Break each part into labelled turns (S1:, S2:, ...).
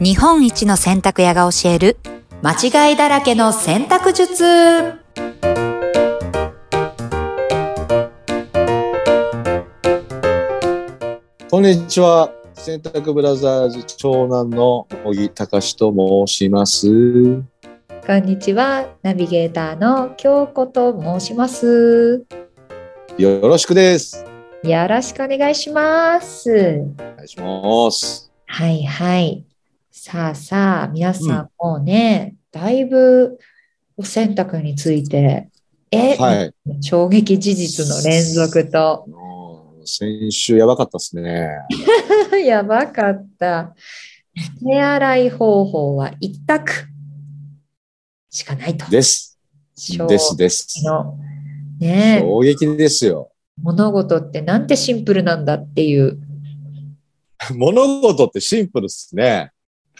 S1: 日本一の洗濯屋が教える間違いだらけの洗濯術
S2: こんにちは。洗濯ブラザーズ長男の小木隆と申します。
S3: こんにちは、ナビゲーターの京子と申します。
S2: よろしくです。
S3: よろしくお願いします。
S2: お願いします。
S3: はいはい。さあさあ、皆さ
S2: うん
S3: もうね、だいぶお洗濯について、え、
S2: はい。
S3: 衝撃事実の連続と、
S2: 先週やばかったですね。
S3: やばかった。手洗い方法は一択しかないと。
S2: です。
S3: 衝
S2: です。
S3: 撃
S2: です。
S3: の。ねえ
S2: 衝撃ですよ。
S3: 物事ってなんてシンプルなんだっていう。
S2: 物事ってシンプルですね。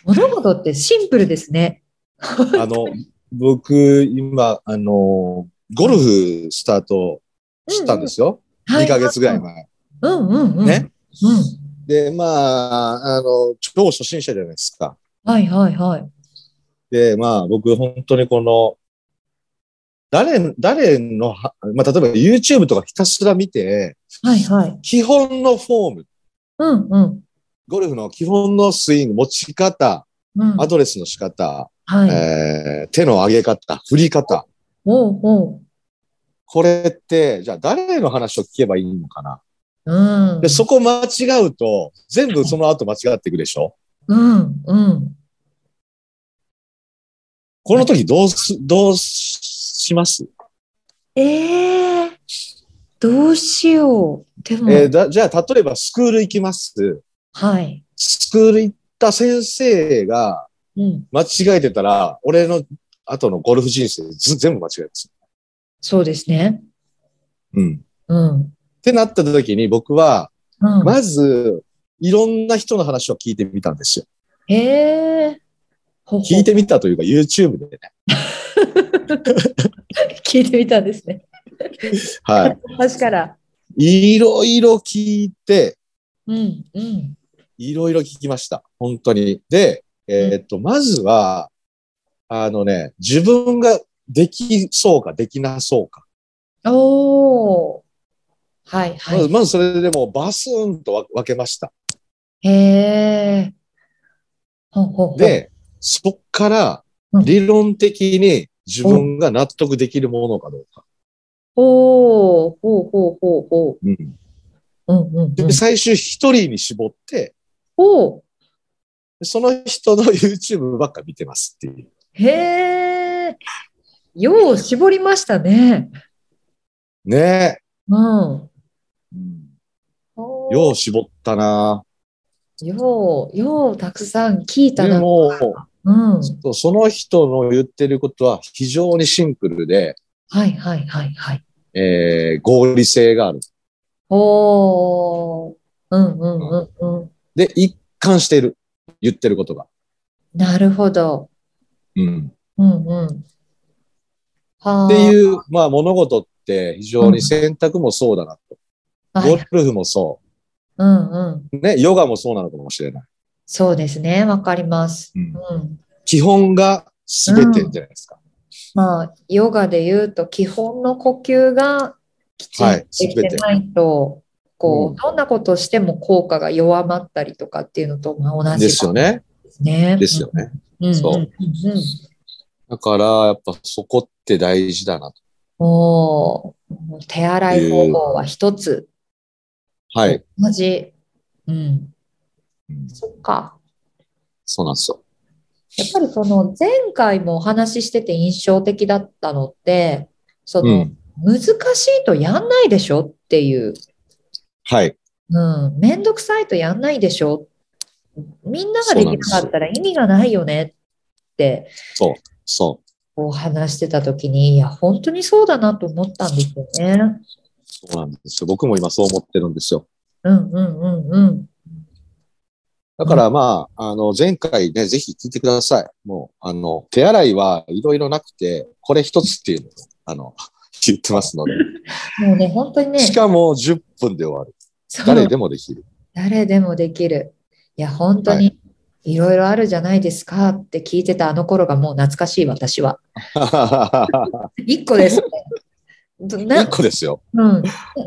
S3: 物事ってシンプルですね。
S2: あの、僕、今、あの、ゴルフスタートしたんですよ。2ヶ月ぐらい。前。
S3: うんうんうん。
S2: ね。
S3: うん。
S2: で、まあ、あの、超初心者じゃないですか。
S3: はいはいはい。
S2: で、まあ僕本当にこの、誰、誰のは、まあ例えば YouTube とかひたすら見て、
S3: はいはい。
S2: 基本のフォーム、
S3: うんうん。
S2: ゴルフの基本のスイング、持ち方、
S3: うん、
S2: アドレスの仕方、
S3: はい。
S2: えー手の上げ方、振り方。
S3: おうおう。
S2: これって、じゃあ誰の話を聞けばいいのかな
S3: うん。
S2: で、そこ間違うと、全部その後間違っていくでしょ
S3: うんうん。
S2: この時どうす、どうします、
S3: ええどうしよう。でも、
S2: えーだじゃあ例えばスクール行きます。
S3: はい。
S2: スクール行った先生が
S3: うん。
S2: 間違えてたら、俺の後のゴルフ人生ず全部間違えます。
S3: そうですね。
S2: うん。っ
S3: うん。
S2: てなった時に僕は、
S3: うん。
S2: まず、いろんな人の話を聞いてみたんですよ。
S3: ええほほ
S2: 聞いてみたというか YouTube でね。
S3: 聞いてみたんですね。
S2: は
S3: 私から。
S2: い。いろいろ聞いて、
S3: うんうん。
S2: いろいろ聞きました。本当に。で、えーっと、まずは、あのね、自分ができそうかできなそうか。
S3: おー。はいは
S2: まず
S3: い。
S2: まずそれでもうバスーンとわ分けました。
S3: へえ。ほうほうほう、
S2: で、そっから
S3: うん
S2: 理論的に自分が納得できるものかどうか。
S3: おー、ほうほうほうほ
S2: うん
S3: う。うんうん、うん
S2: で、。最終一人に絞って、
S3: おー、
S2: その人の YouTube ばっか見てますっていう。
S3: へえ。よう絞りましたね。
S2: ね
S3: うん。
S2: え。
S3: おー
S2: よう絞ったな
S3: よう、ようたくさん聞いた
S2: で
S3: な。
S2: も、
S3: うん。
S2: そうその人の言ってることは非常にシンプルで、
S3: はいはいはいはい。
S2: えー合理性がある。
S3: おー。うんうんうんうん。
S2: で、一貫している。言ってることが。
S3: なるほど。
S2: うん。
S3: うんうん。はあ。
S2: っていう、まあ物事って非常に選択もそうだなと。
S3: はい
S2: ゴルフもそう。
S3: うんうん。
S2: ね、ヨガもそうなのかもしれない。
S3: そうですね。わかります。
S2: うん
S3: うん。
S2: 基本が全てじゃないですか。
S3: まあ、ヨガで言うと、基本の呼吸がきちんとできてないと、こう、
S2: うん
S3: どんなことをしても効果が弱まったりとかっていうのと、まあ、同じ
S2: ですよね。
S3: ですね。
S2: ですよね。
S3: うん。うん、
S2: そう
S3: うんうんうん
S2: だから、やっぱそこって大事だなと。
S3: もう、手洗い方法は一つ。
S2: はい。
S3: 同じ。うん。
S2: うん
S3: そっか。
S2: そうなんですよ。
S3: やっぱりその、前回もお話ししてて印象的だったのって、そうの、
S2: ん。
S3: 難しいとやんないでしょっていう。
S2: はい。
S3: うん、めんどくさいとやんないでしょ。みんなができなかったら意味がないよねって
S2: そう。そう。
S3: こう話してた時に、いや、本当にそうだなと思ったんですよね。
S2: そうなんですよ。僕も今そう思ってるんですよ。
S3: うんうんうんうん。
S2: だからまあ、あの、前回ね、ぜひ聞いてください。もう、あの、手洗いはいろいろなくて、これ一つっていうのを、あの、 言ってますので。
S3: もうね、本当にね、
S2: しかも10分で終わる。
S3: そう
S2: 誰でもできる。
S3: 誰でもできる。いや、本当にいろいろあるじゃないですかって聞いてたあの頃がもう懐かしい私は。1個ですね。 どな
S2: 一個ですよ。
S3: うん、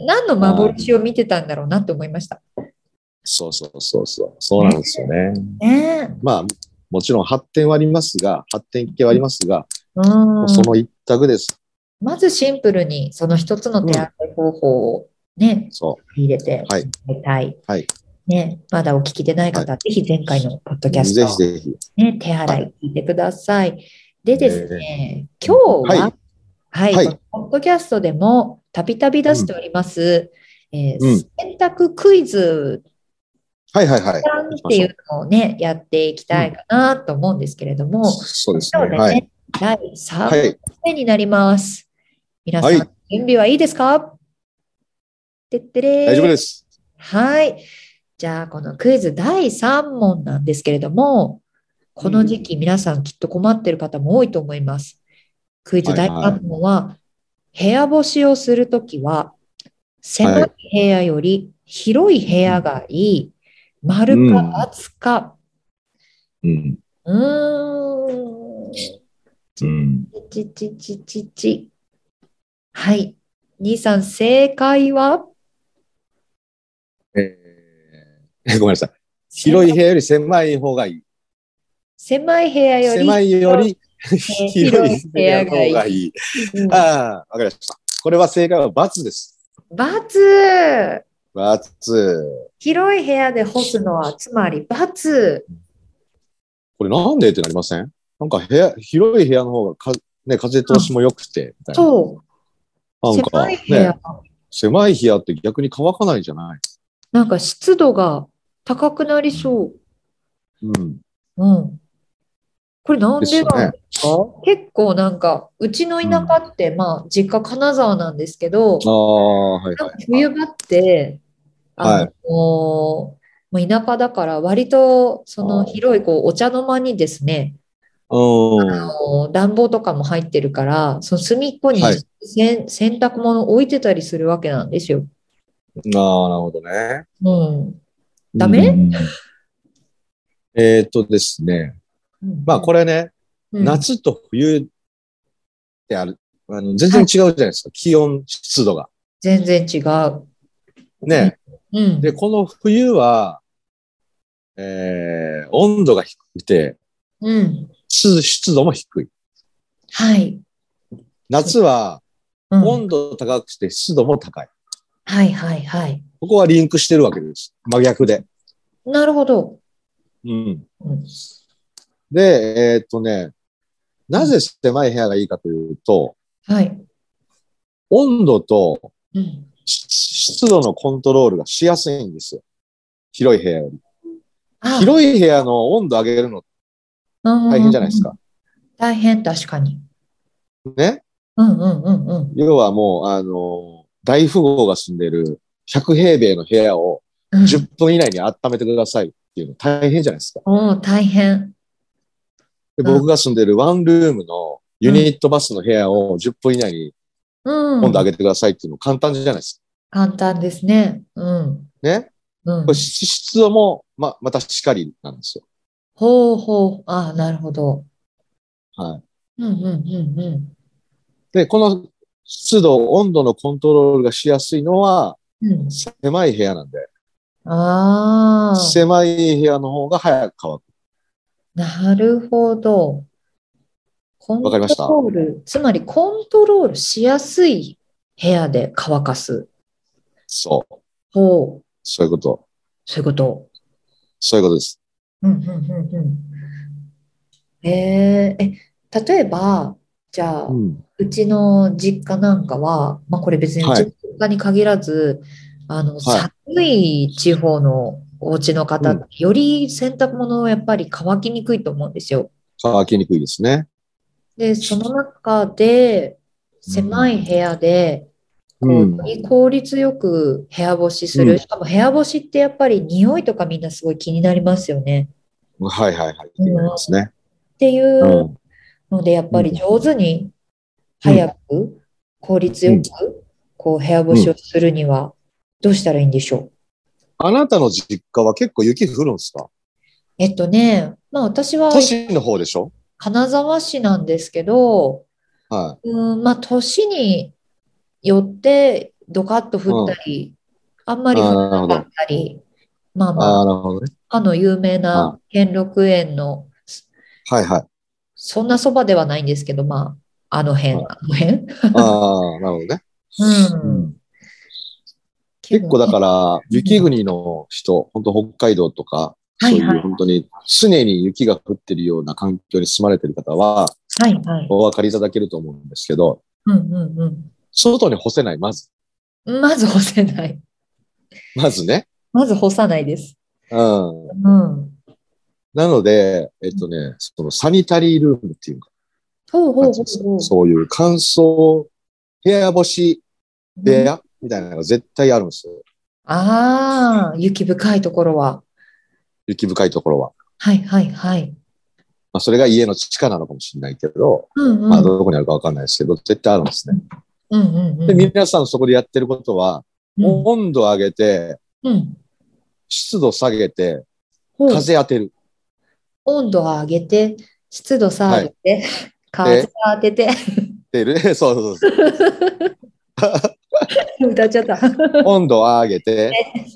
S3: 何の幻を見てたんだろうなって思いました。
S2: そうそうそうそう。そうなんですよね。
S3: ね
S2: まあ、もちろん発展はありますが、発展系はありますが、
S3: う
S2: も
S3: ん
S2: う、その一択です。
S3: まずシンプルにその一つの手洗い方法をね、
S2: そ
S3: 入れて
S2: はい
S3: みたい。
S2: はい
S3: ね、まだお聞きでない方、
S2: は
S3: ぜひ前回のポッド
S2: う。
S3: キャ
S2: ぜ
S3: ス
S2: ひ
S3: トを
S2: ぜひ。
S3: ね、手洗い聞いてください。でですね、今日は、はい、
S2: はい
S3: このポッドキャストでもたびたび出しております、えー
S2: うん
S3: 選択クイズ
S2: はいはいはい。
S3: っていうのをね、やっていきたいかなと思うんですけれども、
S2: そうです
S3: 今日
S2: ね。
S3: で
S2: はい。
S3: ね、第3
S2: は
S3: 問
S2: い。
S3: 目になります。皆さん、
S2: はい
S3: 準備はいいですかてってれー
S2: 大丈夫です。
S3: はい。じゃあ、このクイズ第3問なんですけれども、この時期皆さんきっと困ってる方も多いと思います。クイズ第3問は、部屋干しをするときは、狭い部屋より広い部屋がいい、丸か厚か、
S2: うん。
S3: うーん、
S2: うん。
S3: ちちちちち。はい。兄さん、正解は
S2: えー ごめんなさい。広い部屋より狭い方がいい。
S3: 狭い部屋より
S2: 狭いより広い部屋の
S3: 広い
S2: 方
S3: 部屋が
S2: が
S3: い
S2: いい。
S3: うん
S2: ああ、わかりました。これは正解は×です。×。
S3: ×広い部屋で干すのはつまり×
S2: これなんでってなりませんなんか部屋、広い部屋の方がか、ね、風通しも良くて、みたいな。
S3: と
S2: なんか、
S3: 狭い部屋、
S2: ね、狭い部屋って逆に乾かないじゃない
S3: なんか湿度が高くなりそ
S2: うん。
S3: う。うん。これなんでなんですか結構なんか、うちの田舎って、まあ、実家金沢なんですけど、
S2: ああ、はい
S3: なん
S2: は
S3: か
S2: い。
S3: 冬場って、
S2: はい
S3: あのもう田舎だから割とその広いこうお茶の間にですね、あ
S2: う
S3: の暖房とかも入ってるから、その隅っこに
S2: はい
S3: せん洗濯物を置いてたりするわけなんですよ。
S2: ん。ああ、なるほどね。
S3: うん。ダメ
S2: うんえーっとですね。まあ、これ
S3: れ、
S2: ね、
S3: うん、
S2: 夏と冬ってある、あの全然違うじゃないですか。気温、湿度が。
S3: 全然違う。
S2: ね。
S3: うん。
S2: で、この冬は、えー、温度が低くて、
S3: うん。
S2: 湿湿度も低い。
S3: はい。
S2: 夏は
S3: うん
S2: 温度高くして湿度も高い。
S3: はいはいはい。
S2: ここはリンクしてるわけです。真逆で。
S3: なるほど。
S2: うん。
S3: うん
S2: で、えーっとね、なぜ狭い部屋がいいかというと、
S3: はい。
S2: 温度と
S3: うん。
S2: 湿湿度のコントロールがしやすいんですよ。広い部屋より。
S3: あ
S2: 広い部屋の温度上げるの大変じゃないです。
S3: うん
S2: か。
S3: 大変、確かに。
S2: ね。
S3: うんうんうんうん
S2: 要はもう、あの、大富豪が住んでる100平米の部屋を
S3: うん。
S2: 10分以内に温めてくださいっていうの大変じゃないですか。
S3: おー大変。
S2: で
S3: うん
S2: 僕が住んでるワンルームのユニットバスの部屋を10分以内に
S3: うん。
S2: 温度上げてくださいっていうの簡単じゃないです
S3: 簡単ですね。うん。
S2: か。ね。
S3: うん
S2: これ。し湿度も、ま、またしかりなんですよ。
S3: ほうほう。ああ、なるほど。
S2: はい。
S3: うんうんうんうん。
S2: で、この湿度、温度のコントロールがしやすいのは
S3: うん、
S2: 狭い部屋なんで、
S3: ああ、
S2: 狭い部屋の方が早く乾く。
S3: なるほど。コン
S2: わかりました
S3: トロール、つまりコントロールしやすい部屋で乾かす。
S2: そう。
S3: ほう、
S2: そういうこと。
S3: そういうこと。
S2: そういうことです。
S3: うんうんうんうん。えーえ、例えば、じゃあ、
S2: うん。
S3: うちの実家なんかは、まあ、これ別に
S2: はいう
S3: ちの実家に限らず、あの、
S2: は
S3: 寒い地方のお家の方、
S2: うん
S3: より洗濯物はやっぱり乾きにくいと思うんですよ。
S2: 乾きにくいですね。
S3: で、その中で、狭い部屋で、こ
S2: う
S3: う、
S2: ん
S3: より効率よく部屋干しする。
S2: うん
S3: しかも部屋干しってやっぱり匂いとかみんなすごい気になりますよね。
S2: はいはいはい。ですね。。
S3: っていううんので、やっぱり上手に、早く、効率よく、こう、部屋干しをするには、どうしたらいいんでしょう。
S2: あなたの実家は結構雪降るんですか
S3: えっとね、まあ私は
S2: 都市の方でしょ
S3: 金沢市なんですけど、
S2: は
S3: うん、まあ年によってドカッと降ったり、あんま
S2: い。
S3: り降ら
S2: ああ、なるほ
S3: なか
S2: ど
S3: っ。たり、まあまあ、
S2: ああ、なるほどね。
S3: あの有名な兼六園の、
S2: はいはい。
S3: そんなそばではないんですけど、まあ、あの辺、
S2: はい
S3: あの辺。
S2: ああ、なるほどね。
S3: うん
S2: うん結構だから、雪国の人、本当北海道とか、
S3: は
S2: そう
S3: い
S2: い
S3: はいう
S2: 本当に常に雪が降ってるような環境に住まれてる方は、
S3: ら、はいはい。
S2: お分かりいただけると思うんですけど、
S3: うんうん
S2: 外に干せない、まず。
S3: うん。まず干せない。
S2: まずね。
S3: まず干さないです。
S2: うん。
S3: うん。
S2: なので、えっとね、そのサニタリールームっていうか、
S3: ほうほうほうほう。
S2: そういう乾燥、部屋干し部屋みたいなのが絶対あるんですよ。
S3: ああ、雪深いところは。
S2: 雪深いところは。
S3: はいはいはい。
S2: まあ、それが家の地下なのかもしれないけど、
S3: うんうん。
S2: まあ、どこにあるかわかんないですけど、絶対あるんですね。
S3: うんうんうん。
S2: で、皆さんそこでやってることは、
S3: うん
S2: 温度上げて、
S3: うん。
S2: 湿度下げて、
S3: ほう
S2: 風当てる。
S3: 温度を上げて、湿度下げて、風を当てて、
S2: ってるそう そう そう。
S3: 歌っちゃった。
S2: 温度上げて、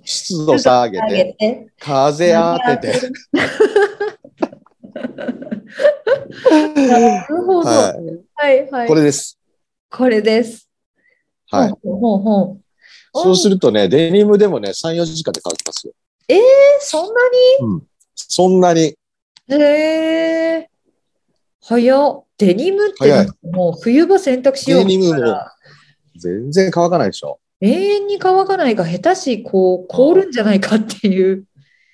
S2: 湿度下げ
S3: 上
S2: て、
S3: げて、
S2: 風当て て。
S3: なるほど。
S2: は
S3: はいはい。
S2: これです。
S3: これです。
S2: はい。
S3: ほうほうほう。
S2: そうするとね、デニムでもね、3、4時間で乾きますよ。
S3: え、そんな
S2: そんなに。
S3: にへえ。早っ。デニムってなんかもう冬場洗濯しよう
S2: デニムも
S3: から
S2: 全然乾かないでしょ。
S3: 永遠に乾かないが下手しこう凍るんじゃないかっていう。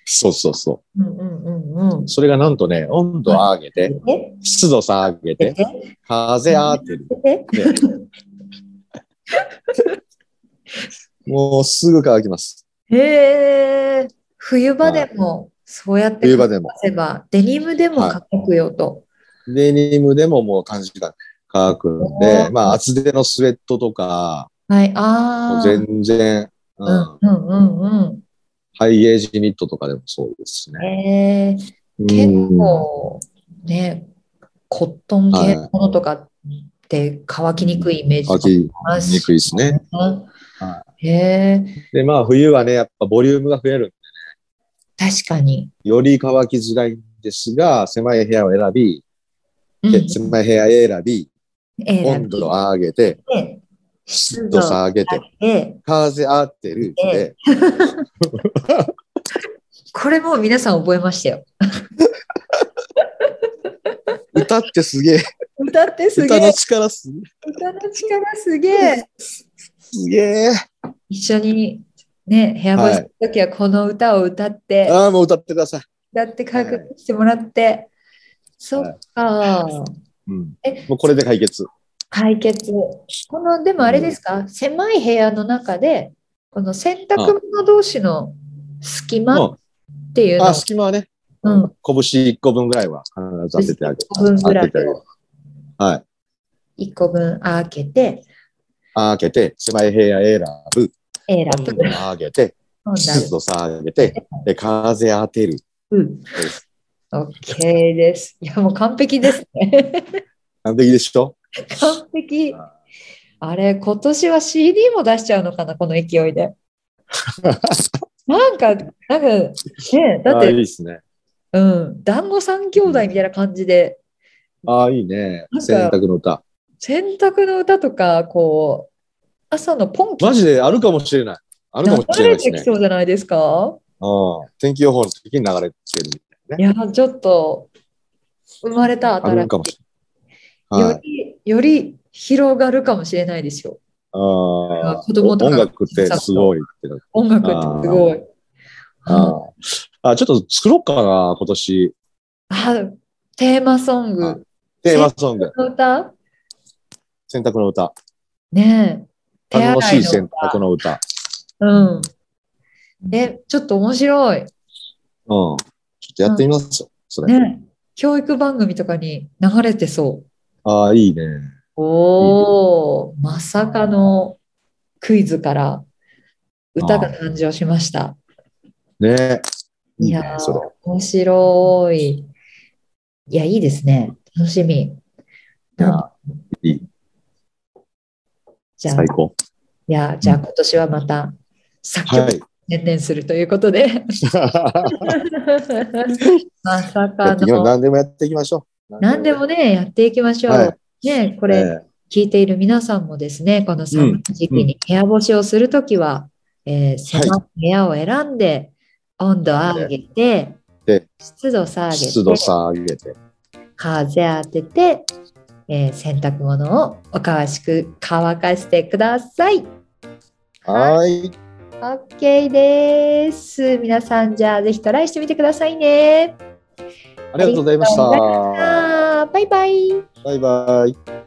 S2: そうそうそ
S3: うんうんうんうん
S2: う。。それがなんとね、温度上げて、
S3: え
S2: 湿度下げて、風当てる。
S3: え
S2: もうすぐ乾きます。
S3: へえ。冬場でもそうやって
S2: 冬場でも。
S3: 乾かせば、デニムでも乾くよと。
S2: デニムでももう短時間乾くん
S3: お
S2: で
S3: ー、
S2: まあ厚手のスウェットとか、
S3: はい。ああ。
S2: 全然、
S3: う
S2: うん
S3: ん、うんうんうん。
S2: ハイエージニットとかでもそうですね。
S3: ええ結構ね、コットン系のものとかって乾きにくいイメージ
S2: うん。秋
S3: もあります
S2: にくいですね。は
S3: へえ
S2: で、まあ冬はね、やっぱボリュームが増える。
S3: 確かに。
S2: より乾きづらいんですが、狭い部屋を選び、
S3: うん
S2: で狭い部屋選び、
S3: 選び
S2: 温度を上げて、
S3: で
S2: 湿度下げて、
S3: で
S2: 風当てるで、
S3: これもう皆さん覚えましたよ。
S2: 歌ってすげえ、
S3: 歌ってすげ
S2: 歌の
S3: え。
S2: 力すげえ、
S3: 歌の力すげえ。
S2: すげえ。
S3: 一緒にね、部屋干しの時はこの歌を歌って、
S2: ああ、もう歌ってください。
S3: 歌って確認してもらって。そっか。
S2: うん
S3: え。
S2: もうこれで解決。
S3: 解決。この、でもあれですか、狭い部屋の中で、この洗濯物同士の隙間っていう
S2: あ
S3: の
S2: あ、隙間はね、
S3: うん
S2: 拳1個分ぐらいは必ず当ててあげる。
S3: 1個分ぐら
S2: 当て
S3: い
S2: てあげる。はい。
S3: 1個分開けて、
S2: 開けて、狭い部屋選ぶ。
S3: エラ
S2: 温度上げて、湿度下げて、で風当てる。
S3: うん。OK です。いや、もう完璧ですね。
S2: 完璧でしょ
S3: 完璧。あれ、今年は CD も出しちゃうのかな、この勢いで。なんか、なんか、ね、だっ
S2: ああ、いい
S3: て、
S2: ですね。
S3: うん、団子三兄弟みたいな感じで、
S2: ああ、いいね
S3: な。んか
S2: 洗濯の歌。
S3: 洗濯の歌とか、こう、朝のポンキ
S2: マジであるかもしれない。あるかもし
S3: 流
S2: れない
S3: れ
S2: です
S3: て
S2: ね
S3: き。そうじゃないですか
S2: うん天気予報の時に流れてる。
S3: いや、ちょっと、生まれた
S2: あ
S3: 新し
S2: るかもし
S3: い、
S2: れない。はい
S3: より、より広がるかもしれないですよ。
S2: ああ
S3: 子供とか
S2: 音楽ってすごいってな
S3: 音楽ってすごい。あ
S2: あああ、ちょっと作ろうかな、今年。
S3: あ、テーマソン
S2: あ
S3: グ
S2: テーマソング、
S3: の歌
S2: 洗濯の歌。
S3: ねえ。手洗いの
S2: 楽
S3: 歌
S2: しい洗濯の歌。
S3: うん。え、ちょっと面白い。
S2: うん。ちょっとやってみますよ、それ。
S3: ねえ。教育番組とかに流れてそう。
S2: ああ、いいね。
S3: おお、まさかのクイズから歌が誕生しました。
S2: ねいい
S3: いや
S2: ね
S3: ー、
S2: それ。
S3: 面白い。いや、いいですね。楽しみ。なあ
S2: いい
S3: じゃあ、
S4: 最
S3: い
S4: 高。
S3: や、じゃあ今年はまた作曲
S2: は
S3: に
S2: い。
S3: 専念するということ で、まさ
S2: や
S3: か
S2: っていきま
S3: の
S2: 何でもやっていきましょう。
S3: 何でもね、やっていきましょう。
S2: は
S3: ね、こ
S2: こ
S3: れ、
S2: れ、
S3: 聞いている皆さんもですね、この寒い時期に部屋干しをするときは、えー狭い部屋を選んで、温度を上げて、
S2: で
S3: 湿度下げ
S2: 湿度
S3: て、
S2: 差上げて。
S3: 風当てて、えー洗濯物をおかわしく乾かしてください。
S2: はい。
S3: OK です。皆さん、じゃあぜひトライしてみてくださいね。
S2: ありがとうございました。
S3: あーバイバイ。
S2: バイバイ。